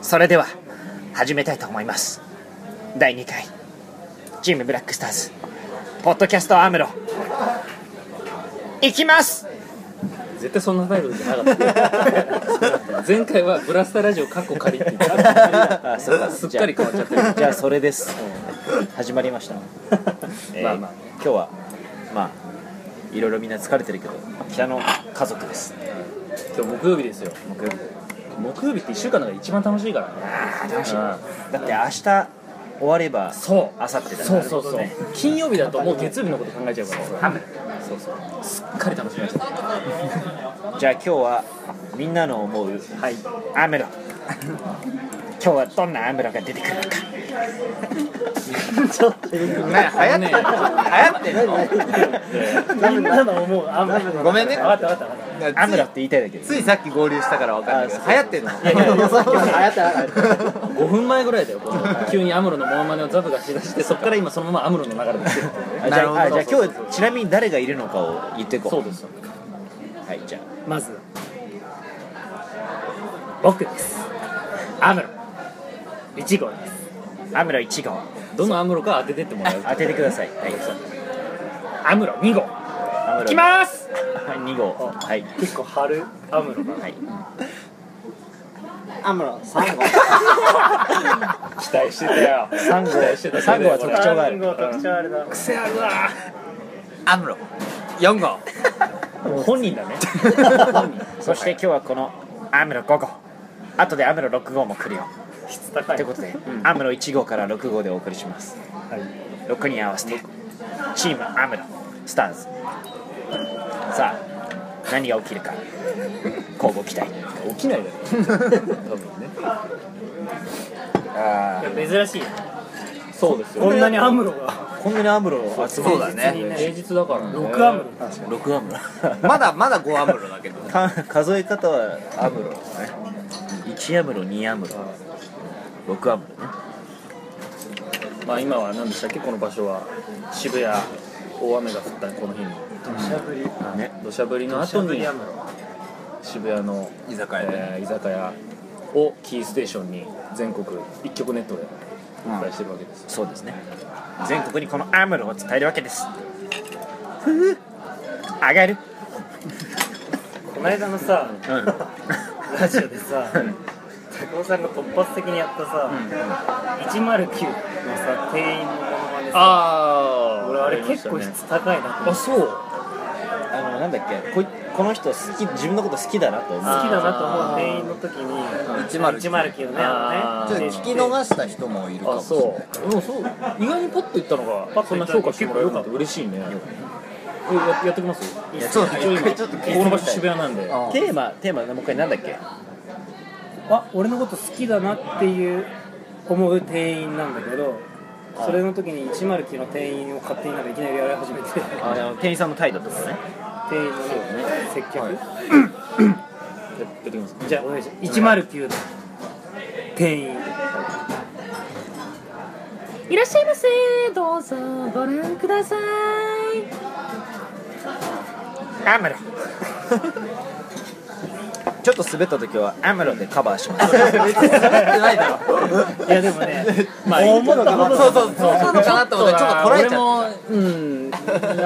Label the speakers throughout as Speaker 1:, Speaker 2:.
Speaker 1: それでは始めたいと思います第2回チームブラックスターズポッドキャストアムロいきます
Speaker 2: 絶対そんなタイトルじゃなかった前回は「ブラスタラジオ」過去仮って言ったすっかり変わっちゃってる
Speaker 3: じゃあそれです、始まり ました、えー
Speaker 2: まあまあね
Speaker 3: 今日はまあいろいろみんな疲れてるけど北の家族です
Speaker 2: 今日木曜日ですよ
Speaker 3: 僕
Speaker 2: 木曜日って1週間の中で一番楽しいからね楽しい
Speaker 3: だって明日終われば
Speaker 2: そう
Speaker 3: 明後日だから
Speaker 2: そうそうそう
Speaker 3: ね
Speaker 2: 金曜日だともう月曜日のこと考えちゃうからそうそうすっかり楽しみました
Speaker 3: じゃあ今日はみんなの思う
Speaker 2: はい
Speaker 1: アムロ 今日はどんなアムロが出てくるのか
Speaker 2: 早ね
Speaker 4: みんなの思うアムロ
Speaker 5: ごめんね
Speaker 4: 分かった分かった
Speaker 3: アムラって言いたいだけです
Speaker 5: ついさっき合流したから分かんないけど流行ってんの
Speaker 2: 5分前ぐらいだよこの急にアムロのモノマネをザブがしだしてそっから今そのままアムロの流れですよ
Speaker 3: あじゃあ
Speaker 5: な
Speaker 3: あ
Speaker 5: る
Speaker 3: じ
Speaker 5: ほ
Speaker 3: ゃ
Speaker 5: ど
Speaker 3: あ今日ちなみに誰がいるのかを言っていこう
Speaker 2: そうですよ
Speaker 3: はいじゃ
Speaker 4: まず僕ですアムロ1号です
Speaker 1: アムロ1号
Speaker 2: どのアムロか当ててってもらう
Speaker 3: あ当ててくださいはい
Speaker 4: アムロ2号
Speaker 3: アム
Speaker 4: いきます
Speaker 3: はい2号はい
Speaker 4: 結構張るアムロが
Speaker 3: はい
Speaker 5: アムロ3号
Speaker 2: 期待してたよ
Speaker 3: 3号3号は特徴があ
Speaker 4: ア
Speaker 3: る
Speaker 4: ムロ特徴あるな
Speaker 2: 癖あるわ
Speaker 5: アムロ4号
Speaker 2: 本人だね
Speaker 1: そして今日はこのアムロ5号あとでアムロ6号も来るよ
Speaker 4: 質高い
Speaker 1: ということで、アムロ1号から6号でお送りします、6人合わせてチームアムロスターズさあ何が起きるか交互期待
Speaker 2: 起きないだろ多分ね
Speaker 3: あ
Speaker 4: 珍しい
Speaker 2: そうですよ
Speaker 4: こんなにアムロが
Speaker 3: ーこんなにアムロ集
Speaker 5: そうだ ね
Speaker 2: 平日だからね
Speaker 4: 6アムロ
Speaker 3: 6アムロ
Speaker 5: まだまだ5アムロだけど
Speaker 3: か数え方はアムロね1アムロ2アムロ6アムロね
Speaker 2: まあ今は何でしたっけこの場所は渋谷大雨が降ったこの日に
Speaker 3: ね
Speaker 2: 土砂降りの後に渋谷の、
Speaker 5: 居酒屋で
Speaker 2: えー居酒屋をキーステーションに全国一曲ネットで販売してるわけです、
Speaker 3: そうですね
Speaker 1: 全国にこのアムロを伝えるわけですふう上がる
Speaker 4: この間のさラジオでさ高尾さんが突発的にやったさ109のさ店員のものまねさ
Speaker 2: あ
Speaker 4: 俺あれ結構質高いなと思って
Speaker 2: あそう
Speaker 3: あのなんだっけこいこの人好き自分のこと好きだなと思
Speaker 4: 好
Speaker 3: う
Speaker 4: きだなと思う店員の時に
Speaker 5: 109
Speaker 4: 109ね
Speaker 2: あー
Speaker 4: あ
Speaker 2: ち
Speaker 4: の
Speaker 2: ょ
Speaker 4: ね
Speaker 2: っ
Speaker 4: で
Speaker 5: した人もいる
Speaker 2: あそうでもそう意外にパッといったのがそんな評価してもらえるなんて嬉しいねえややってきます
Speaker 5: いやそうだ
Speaker 2: 一応今
Speaker 5: 一回ち
Speaker 2: こ
Speaker 5: ょっと
Speaker 2: この場所渋谷なんで
Speaker 5: あ
Speaker 3: テーマテーマもう一回なんだっけ
Speaker 4: あ俺のこと好きだなっていう思う店員なんだけどそれの時に109の店員を勝手になんかいきなりやり始 めて
Speaker 3: あの店員さんの態度とかね
Speaker 4: 店員のね接客、
Speaker 2: やってきます
Speaker 4: じゃあお願いします109の店員
Speaker 6: いらっしゃいませどうぞご覧ください
Speaker 1: アムロ
Speaker 3: ちょっと滑った時はアムロでカバーします
Speaker 5: ないだろ
Speaker 4: いやでもね
Speaker 2: まあ
Speaker 5: 大物かなそうそうそう大物かなと思ってちょっとこらえち
Speaker 2: 俺
Speaker 5: ゃっ
Speaker 2: もうんで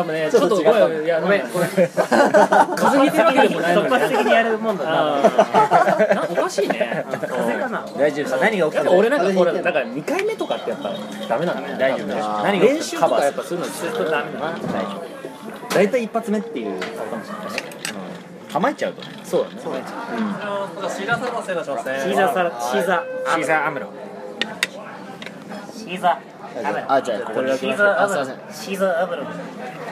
Speaker 2: もねちょっとごめんいやごめんごめん風邪ひいてるわけでもないの
Speaker 4: 突
Speaker 2: にね
Speaker 4: 発的にやるもんだな
Speaker 2: あーなんかおかしいね
Speaker 4: 風かな
Speaker 3: 大丈夫です何が起き
Speaker 2: やってぱ
Speaker 3: も
Speaker 2: 俺なんかこれだから2回目とかってやっぱダメなんだね
Speaker 3: 大丈夫大丈夫何が起
Speaker 2: 練
Speaker 3: きて
Speaker 2: 習
Speaker 3: も
Speaker 2: と
Speaker 3: カバ
Speaker 2: かや
Speaker 3: ー
Speaker 2: っ
Speaker 3: する
Speaker 2: ぱそういうのする
Speaker 4: ちょっとダメだな
Speaker 3: 大丈夫
Speaker 2: 大体一発目っていうあれかもしれない
Speaker 3: 構えちゃうとね
Speaker 2: そうだねそうだね
Speaker 4: シーザーサラシーザ
Speaker 1: シーザーアムロ
Speaker 4: ーシーザーダメだ
Speaker 3: あじゃあこれだ
Speaker 4: シ
Speaker 3: け
Speaker 4: ーザーアブロシーザーアブロ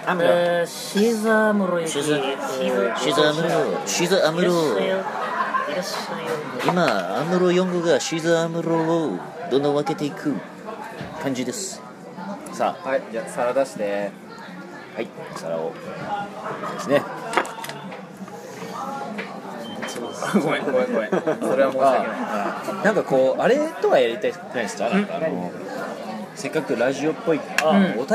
Speaker 3: アムロ
Speaker 4: えーシーザームロ駅シーザー
Speaker 3: シーザーアムロシーザーアムロ
Speaker 4: いらっしゃいよ
Speaker 3: 今アムロ4号がシーザーアムロをどんどん分けていく感じですさ
Speaker 5: たはいじゃあ皿出して
Speaker 3: あはいお皿をですね
Speaker 5: ごめんごめんごめんそれは申し訳ない
Speaker 3: なんかこうあれとはやりたくないですかなんかあのせっかくラジオっぽいお便りとか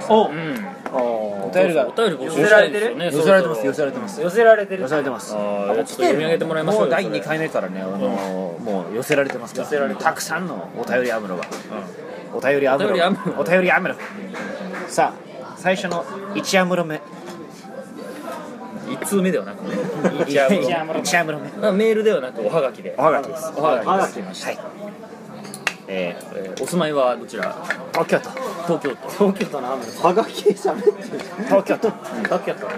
Speaker 3: さ
Speaker 2: うん
Speaker 3: おお便りが
Speaker 2: お便り募集
Speaker 7: 寄せら
Speaker 2: した
Speaker 7: れ
Speaker 2: いで
Speaker 7: て
Speaker 2: す
Speaker 7: る
Speaker 2: よね。
Speaker 3: 寄せられてます
Speaker 2: そろ
Speaker 3: 寄せ
Speaker 2: そ
Speaker 3: ら
Speaker 2: ろ
Speaker 3: れてます
Speaker 5: 寄せられてる
Speaker 3: 寄せられてます
Speaker 2: あーじゃあちょっと読み上げてもらいましょう
Speaker 3: も
Speaker 2: よ
Speaker 3: う第2回目からねあのーもう寄せられてますか
Speaker 5: 寄せら
Speaker 3: ら
Speaker 5: れてます
Speaker 3: たくさんのお便りアムロがお便りアムロ
Speaker 2: お便りアムロ
Speaker 3: お便りアムロさあ最初の1アムロ目
Speaker 2: 一通目ではなくね。
Speaker 3: 1アムロ目1アムロ目
Speaker 2: まあメールではなくおはがきで。
Speaker 3: おはがきです
Speaker 2: おはがきです。
Speaker 3: はいえー
Speaker 2: えーお住まいはどちら？
Speaker 3: 東京都
Speaker 2: 東京都。
Speaker 5: 東京都の雨です
Speaker 8: はがき喋ってる
Speaker 3: 東京都
Speaker 5: 東京都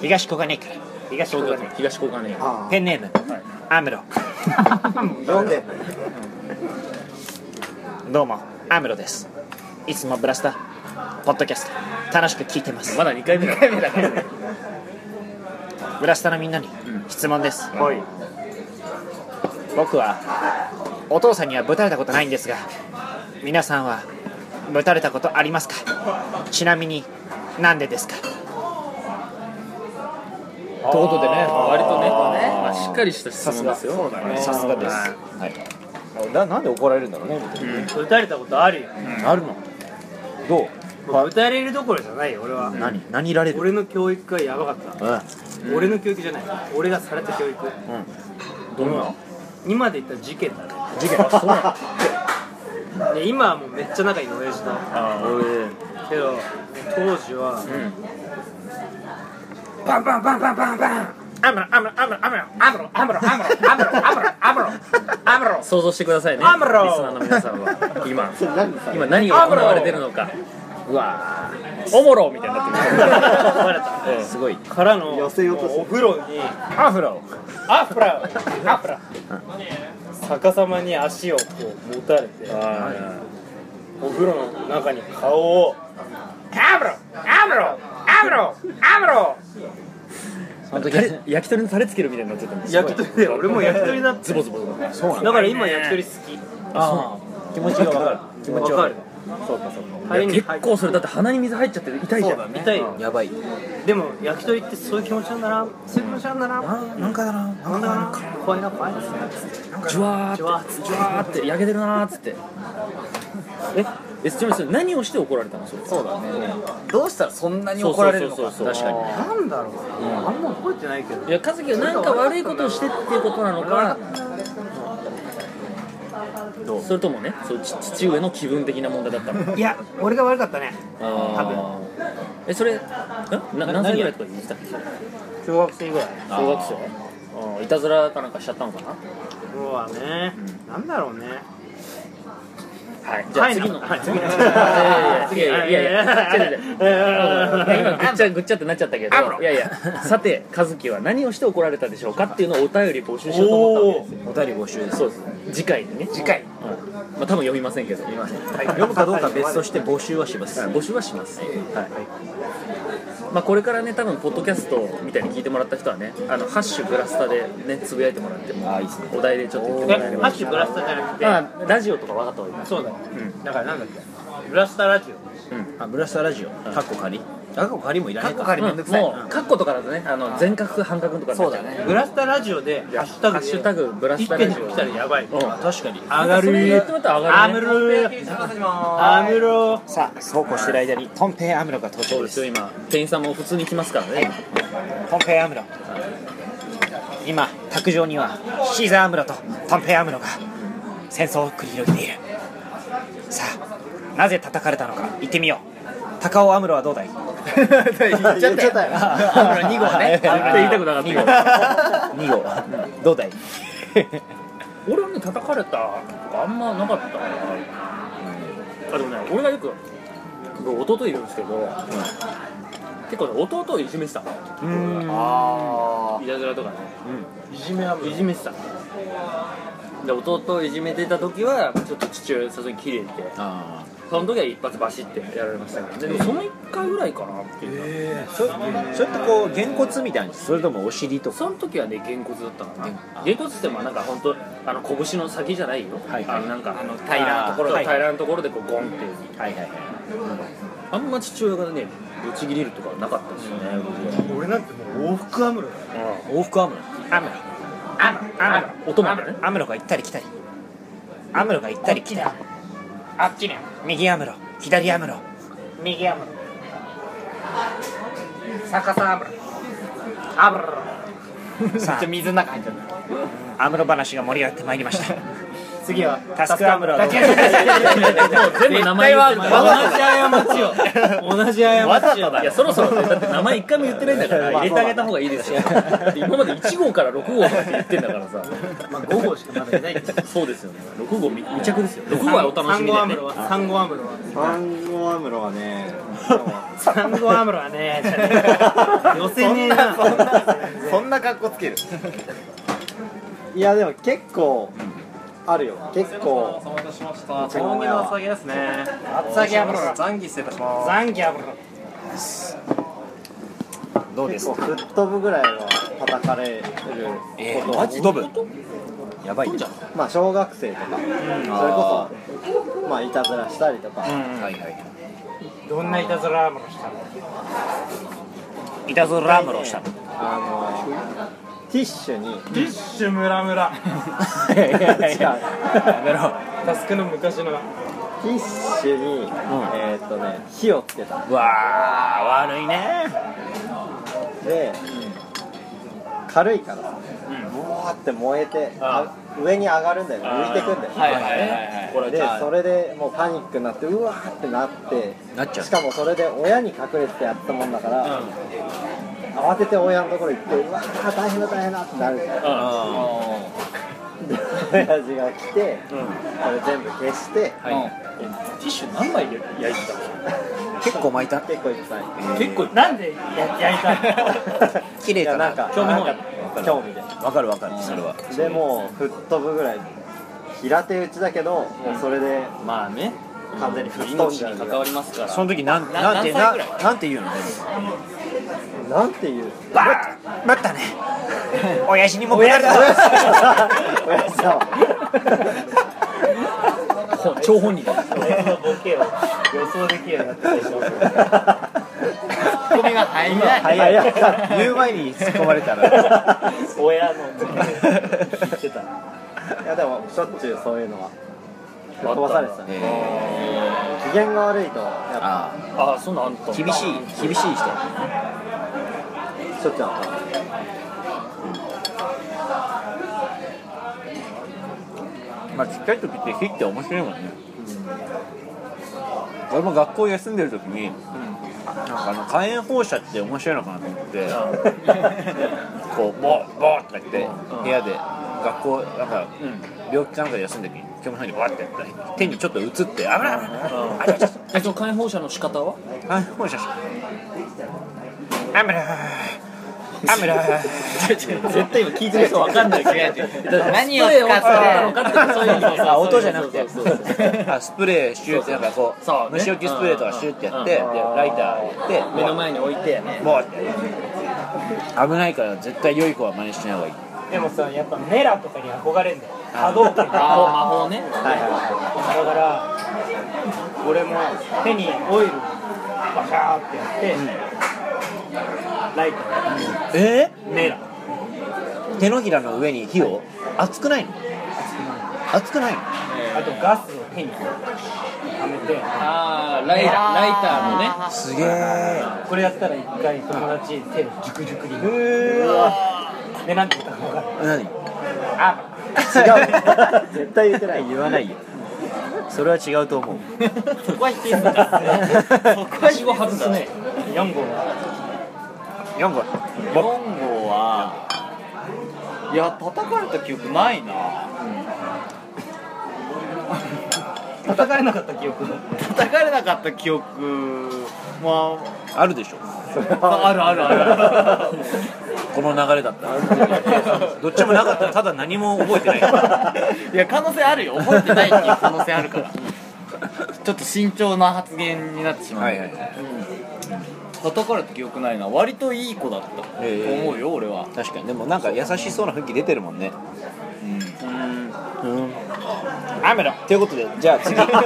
Speaker 3: 東小金井から
Speaker 5: 東京
Speaker 2: 東京
Speaker 5: 都
Speaker 2: 都東小金井。
Speaker 8: あ
Speaker 3: ペンネームアムロ
Speaker 8: あ読んで
Speaker 3: どうもアムロですいつもブラスターポッドキャスト楽しく聞いてます
Speaker 2: まだ2回目だ。2回目だからね。
Speaker 3: ブラスタのみんなに質問です、
Speaker 5: はい
Speaker 3: 僕はお父さんにはぶたれたことないんですが皆さんはぶたれたことありますかちなみになんでですか
Speaker 2: ということでね、割とね、まあしっかりした質問ですよ。
Speaker 3: さすがです、はい、ななんで怒られるんだろうね
Speaker 5: 打たれたことあるよ
Speaker 3: あるのどう
Speaker 5: もう打たれるどころじゃないよ俺は
Speaker 3: 何何いられる
Speaker 5: 俺の教育がやばかった
Speaker 3: うん
Speaker 5: 俺の教育じゃない俺がされた教育
Speaker 2: どんな？
Speaker 5: 今で言ったら事件だね
Speaker 3: 事件そうな
Speaker 5: で今はもうめっちゃ仲いいの親父とけど当時は、バンバンバンバンバンバンアムロアムロアムロアムロアムロアムロアムロアムロアムロアムロ
Speaker 2: 想像してくださいね。リスナ
Speaker 5: アムロ
Speaker 2: ーの皆さんは今
Speaker 8: それ何さ
Speaker 2: 今何が行われてるのか。うわー。おもろみたいになってる。
Speaker 5: アムロ
Speaker 3: のすごい
Speaker 5: からの
Speaker 8: 寄せようとする
Speaker 5: お風呂に
Speaker 3: アフロ
Speaker 5: アフラアフラ逆さまに足をこう持たれてお風呂の中に顔をアムロアムロアムロアムロ
Speaker 3: その時
Speaker 2: タレ焼き鳥のタレつけるみたいになっちゃったんですよ。
Speaker 5: 焼き鳥で俺も焼き鳥だって
Speaker 2: ズボズボズボ。
Speaker 3: そうな
Speaker 5: だから今焼き鳥好
Speaker 3: あー気持ちが分かる気
Speaker 5: き
Speaker 3: 持ち
Speaker 5: わ
Speaker 3: が分
Speaker 5: かる
Speaker 3: か
Speaker 5: タレに
Speaker 2: 結
Speaker 5: 入っ
Speaker 2: 構それだって鼻に水入っちゃって痛いじゃん。
Speaker 5: 痛い
Speaker 3: るやばい
Speaker 5: でも焼き鳥ってそういう気持ちなんだなそういう気持ちなんだな
Speaker 3: なんかだな
Speaker 5: なんだな怖いな怖いな
Speaker 2: ジュワーって
Speaker 5: ジ
Speaker 2: ジ
Speaker 5: ュ
Speaker 2: ュワ
Speaker 5: ワー
Speaker 2: ーって焼けてるなーっつってええちなみにそれ何をして怒られたのそれ
Speaker 7: そうだねどうしたらそんなに怒られるのか
Speaker 2: そうそうそうそう確か
Speaker 5: なんだろうあんま覚えてないけど
Speaker 2: にいや和樹が何か悪いことをしてっていうことなのかそれともねそうち父上の気分的な問題だった の
Speaker 5: いや俺が悪かったね
Speaker 2: あーえそれんな何歳ぐらいとか言ってたっけ
Speaker 5: 小学生ぐらい
Speaker 2: 小学生あーいたずらかなんかしちゃったのかな
Speaker 5: そうはね、なんだろうね。
Speaker 2: はいじゃあ次の
Speaker 5: はい
Speaker 2: いやいやいやいやいやいやいやいやいや今ぐっちゃぐっちゃってなっちゃったけどいやいやさて和樹は何をして怒られたでしょうかっていうのをお便り募集しようと思ったわけですよ
Speaker 3: お便り募集です
Speaker 2: そうです次回にね次回まあ多分読みませんけど読みません
Speaker 3: 読むかどうかは別として募集はします
Speaker 2: 募集はしますまあこれからね多分ポッドキャストみたいに聞いてもらった人はね「あのハッシュブラスタ」でねつぶやいてもらっても
Speaker 3: あーいいっすね
Speaker 2: お題でちょっと言ってもらえれ
Speaker 5: ハ
Speaker 2: ば
Speaker 5: ッシュブラスターじゃなくて、
Speaker 2: まあラジオとか分かった方がいいな
Speaker 5: そうだ。だからなんだっけ、ブラスターラジオ。
Speaker 3: あブラスターラジオカッコ仮カッコ仮もいらないか
Speaker 7: かりめんどくさい
Speaker 2: もうカッコとかだとねあの全角半角とかそうだね
Speaker 5: ブラスターラジオでハッシュタグ
Speaker 2: ハッシュタグブラスタラジ
Speaker 5: 一
Speaker 2: オ
Speaker 5: 遍来たらやばい。
Speaker 2: うん
Speaker 3: 確かに
Speaker 5: 上が
Speaker 2: それ言
Speaker 5: る
Speaker 2: ってもらったら上
Speaker 5: ア
Speaker 2: が
Speaker 5: ム
Speaker 2: るね
Speaker 5: ロアムロ
Speaker 3: さあそうこうしてる間にトンペイアムロが登
Speaker 2: そ
Speaker 3: 場
Speaker 2: う
Speaker 3: で
Speaker 2: です
Speaker 3: す
Speaker 2: よ今店員さんも普通に来ますからね
Speaker 3: トンペイアムロ今卓上にはシーザーアムロとトンペイアムロが戦争を繰り広げているさあなぜ叩かれたのか言ってみよう高尾アムロはど うだい
Speaker 8: 言っちゃったよ
Speaker 2: アムロ二号 ね絶対言いたくなかったけど
Speaker 3: 2号どうだい
Speaker 2: 俺はね叩かれたとかあんまなかったからあでもね俺がよく僕弟いるんですけど、結構ね弟をいじめてたああいたずらとかね、いじめいじめてたで弟をいじめてた時はちょっと父親さすがに切れて
Speaker 3: あ
Speaker 2: その時は一発バシってやられましたけどでもその1回ぐらいかなっていうか、
Speaker 3: そそれってこうげんこつみたいにそれともお尻とか
Speaker 2: その時はねげんこつだったかなげんこつってもなんか本当あの拳の先じゃないよ、
Speaker 3: はい
Speaker 2: あのなんかあの
Speaker 3: 平らなところ
Speaker 2: そう
Speaker 3: はい
Speaker 2: 平らなところでこうゴンって
Speaker 3: はいはいはい
Speaker 2: あんま父親がねぶち切れるとかはなかったですよね、
Speaker 5: 俺なんてもう往復アムロだよ
Speaker 3: 往復アムロアムロアムロアムロ
Speaker 2: 音までね
Speaker 3: アムロが行ったり来たりアムロが行ったり来たり
Speaker 5: あっちね
Speaker 3: 右アムロ左アムロ
Speaker 5: 右アムロ逆さ油油
Speaker 3: さあ
Speaker 5: 水の中入っちゃった
Speaker 3: アムロ話が盛り上がってまいりま した
Speaker 5: 次は
Speaker 3: タスクアムロ
Speaker 5: 違う違う違う
Speaker 2: 全部名前
Speaker 5: 絶対は
Speaker 2: 同じ過ちを同じ過ちをいやそろそろだって名前一回も言ってないんだから入れてあげた方がいいですよだって今まで1号から6号までって言ってんだからさ
Speaker 5: まあ5号しかまだいないんです
Speaker 2: そうですよね6号未未着ですよ6号はお楽しみ
Speaker 5: サンゴア
Speaker 2: で
Speaker 5: ム
Speaker 2: ね
Speaker 5: ロはサンゴアムロは
Speaker 8: サンゴアムロはね
Speaker 5: サンゴアムロはね寄せねえな
Speaker 7: そんな格好つける
Speaker 8: いやでも結構あるよ結構
Speaker 7: お待たせしました
Speaker 8: とんでも厚
Speaker 7: 揚げですね
Speaker 5: 厚揚げ油だ
Speaker 7: 残儀失礼いたします
Speaker 5: ザンギアムロ
Speaker 3: どうです
Speaker 8: 結構
Speaker 3: か
Speaker 8: 吹っ飛ぶぐらいは叩かれる
Speaker 3: え
Speaker 8: こ
Speaker 3: ー、
Speaker 8: と
Speaker 3: マジドブやばいね
Speaker 8: まあ小学生とかそれこそまあいたずらしたりとか
Speaker 3: はいはい
Speaker 5: どんないたずらアムロしたの
Speaker 3: いたずらアムロをしたの
Speaker 8: あのティッシュに
Speaker 5: ティッシュムラムラ
Speaker 3: いやいやい
Speaker 8: 違う
Speaker 3: ややめろ
Speaker 5: タスクの昔の
Speaker 8: ティッシュにえーっとね火をつけた
Speaker 3: うわあ悪いね
Speaker 8: で軽いからさボワーって燃えてあ上に上がるんだよね浮いてくんだよ
Speaker 3: はいはいはいはい
Speaker 2: これ
Speaker 8: で
Speaker 2: じゃあ
Speaker 8: それでもうパニックになってうわーってなって
Speaker 3: なっちゃう
Speaker 8: しかもそれで親に隠れてやったもんだから、慌てて親のところ行ってうわー大変だ大変だってなるじゃんで親父が来て、これ全部消して、
Speaker 2: ティッシュ何枚で焼いてたの
Speaker 3: 結構巻いた
Speaker 8: 結構いっぱい
Speaker 2: 結構
Speaker 5: なんでや焼いたの
Speaker 3: 綺麗
Speaker 8: い
Speaker 3: か
Speaker 8: や
Speaker 3: な
Speaker 8: なんか
Speaker 2: 興味本位
Speaker 8: なんか興味で
Speaker 3: わかるわかるそれは
Speaker 8: でもう吹っ飛ぶぐらい平手打ちだけど、もうそれで
Speaker 2: まあね
Speaker 8: 完全に吹っ飛ん
Speaker 2: 命
Speaker 8: じゃう
Speaker 2: に
Speaker 8: ぐ
Speaker 2: 関
Speaker 8: ら
Speaker 2: わ
Speaker 8: い
Speaker 2: りますから
Speaker 3: その時なん
Speaker 2: な
Speaker 3: なんて
Speaker 2: 何歳
Speaker 3: な
Speaker 2: ぐらい
Speaker 3: なんて言うのね
Speaker 8: なんて いう
Speaker 3: バー待ったね親父にも 親
Speaker 8: 親
Speaker 3: だ
Speaker 8: 父だわ
Speaker 2: ほ張本人だ
Speaker 5: 俺のボケを予想できるようになってたでしょ
Speaker 7: ツッコミが入らない
Speaker 8: 早かった
Speaker 3: 言う前に突っ込まれたら
Speaker 5: 親のボケを言ってた
Speaker 8: いやでもしょっちゅうそういうのは飛ばされてたね
Speaker 3: え
Speaker 8: 機嫌が悪いと
Speaker 3: ー
Speaker 8: や
Speaker 3: あ
Speaker 2: ああそんなんあんた
Speaker 3: あ 厳しい厳しい人
Speaker 8: っぱしょっちゅうあった
Speaker 3: まあちっちゃい時って火って面白いもんね、俺も学校休んでる時に、なんかあの火炎放射って面白いのかなと思って、こうボーボーってやって、部屋で学校なんか、病気かなんかで休んでる時に興味本位でバーってやったら手にちょっと映って危ない危ない危ないあちょちょちょ
Speaker 2: えその解放者の仕方は
Speaker 3: 火炎放射しアムラーアムラー
Speaker 2: 絶対今聞いてる人わかんないけど
Speaker 7: 何を使って
Speaker 2: のかってそういうの
Speaker 3: あ音じゃなくて
Speaker 2: そうそうそう
Speaker 3: あスプレーシューってなんかこう
Speaker 2: そうね
Speaker 3: 虫除けスプレーとかシューってやってでライターで
Speaker 2: 目の前に置いてやね
Speaker 3: もう危ないから絶対良い子は真似しない方がいい
Speaker 5: でもさやっぱメラとかに憧れんだよ波動拳だ
Speaker 2: ああ魔法ね
Speaker 5: から俺も手にオイルバシャーってやって、ライト
Speaker 3: え
Speaker 5: メラ
Speaker 3: 手のひらの上に火を熱くないの熱くないの
Speaker 5: あとガスを手にはめ て
Speaker 2: ああライターライターのね
Speaker 3: すげえ
Speaker 5: これやったら一回友達手でジュクジュクにでなんて言ったのか
Speaker 3: 何
Speaker 5: あ
Speaker 8: 違う絶対言ってない
Speaker 3: 言わないよそれは違うと思う
Speaker 5: そこは否定するんだ
Speaker 2: 口を外すね
Speaker 5: 4号は
Speaker 3: 4個
Speaker 7: 4号は、いや、叩かれた記憶ないな、
Speaker 5: 叩かれなかった記憶
Speaker 7: 叩かれなかった記憶は、
Speaker 3: あるでしょ
Speaker 7: あるあるある、
Speaker 3: この流れだったらどっちもなかったらただ何も覚えてない
Speaker 7: いや、可能性あるよ、覚えてないっていう可能性あるから、ちょっと慎重な発言になってしまう、
Speaker 3: はいはい
Speaker 7: 叩かれた記憶ないな、割といい子だったと
Speaker 3: ええ
Speaker 7: 思うよ、俺は。
Speaker 3: 確かにでもなんか優しそうな雰囲気出てるもんねうん雨だということでじゃあ 次
Speaker 7: なんか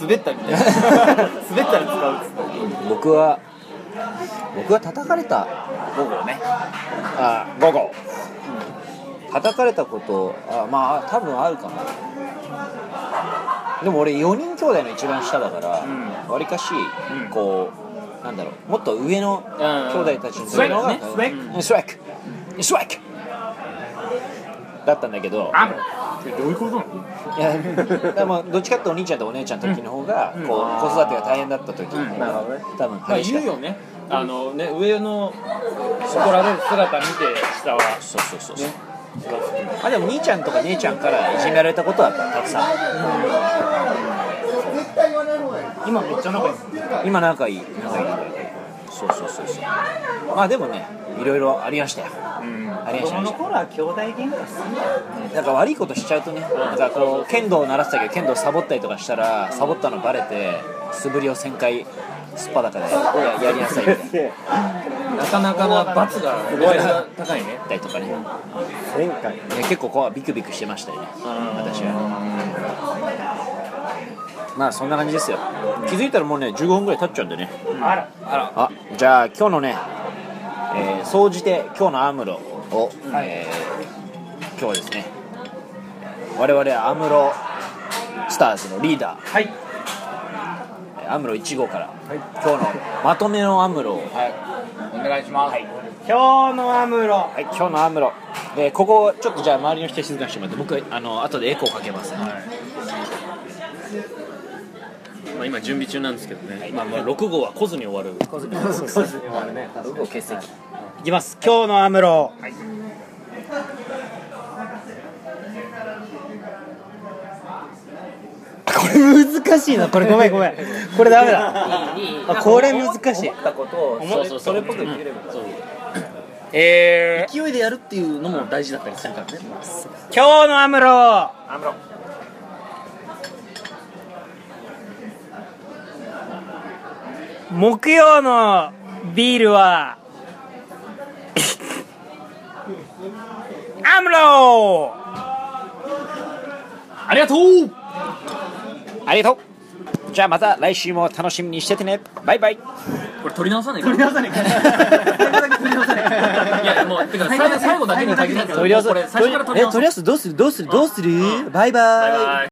Speaker 7: 滑ったみたい な滑ったら使うっつって
Speaker 3: 僕は僕は叩かれた
Speaker 7: 午後ね
Speaker 3: あ午後、叩かれたことあまあ多分あるかなでも俺4人兄弟の一番下だからわり、割かしこうなんだろうもっと上の兄弟たちに
Speaker 9: スウェックね
Speaker 3: スウェックスウェックスウェックだったんだけど
Speaker 2: アムロえどういうことなの
Speaker 3: いやでもどっちかってお兄ちゃんとお姉ちゃんの時の方がこう子育てが大変だった時の方
Speaker 5: なるほど
Speaker 3: が
Speaker 5: ね
Speaker 3: 多分
Speaker 2: まあ
Speaker 3: 激しか
Speaker 2: 言
Speaker 3: っ
Speaker 2: う
Speaker 3: た
Speaker 2: よねあのね上の怒られる姿見て下は
Speaker 3: そうそうそうそうあでも兄ちゃんとか姉ちゃんからいじめられたことはたくさんある
Speaker 2: 今めっちゃ仲いいです
Speaker 3: 今仲いい仲いいそうそうそうそうまあでもねいろいろありましたよ、ありま
Speaker 5: 子
Speaker 3: したありま
Speaker 5: 供の
Speaker 3: し
Speaker 5: 頃は兄弟喧嘩するんだ
Speaker 3: たなんか悪いことしちゃうとねなんかこう剣道を習ってたけど剣道サボったりとかしたらサボったのバレて素振りを1000回すっぱだかでややりなさいみたい な
Speaker 5: って
Speaker 2: なかなかな罰が
Speaker 3: ごい な
Speaker 2: 高いね
Speaker 3: やったりとかね
Speaker 5: 前回
Speaker 3: いや結構こうビクビクしてましたよね私はまあそんな感じですよ気づいたらもうね15分ぐらい経っちゃうんでねあらあじゃあ今日のねえー総じて今日のアムロを、えー今日はですね我々アムロスターズのリーダー
Speaker 2: はい
Speaker 3: えーアムロ1号から、今日のまとめのアムロを
Speaker 10: はいお願いします、
Speaker 11: 今日のアムロ
Speaker 3: はい、今日のアムロ、えーここちょっとじゃあ周りの人に静かにしてもらって僕あの後でエコーかけます、ね
Speaker 2: まあ今準備中なんですけどねまあまあ6号は来ずに終わる
Speaker 11: いきます今日のアムロ、これ難しいなこれごめんごめんこれダメだあこれ難しい
Speaker 5: たことを
Speaker 10: そうそうそう
Speaker 5: れっぽく言ってれば
Speaker 11: えー、
Speaker 10: 勢いでやるっていうのも大事だったりするからね
Speaker 11: 今日のアムロアムロ木曜のビール はアムロ
Speaker 2: ありがとう
Speaker 3: ありがとうじゃあまた来週も楽しみにしててねバイバイ
Speaker 2: これ取り直さない取り直さない いやもうてか最後最後だけに限らずもうこれ最初から取
Speaker 3: え
Speaker 2: り直
Speaker 3: と
Speaker 2: す
Speaker 3: りあえずどうするどうするどうするバイバイ
Speaker 2: バイバイ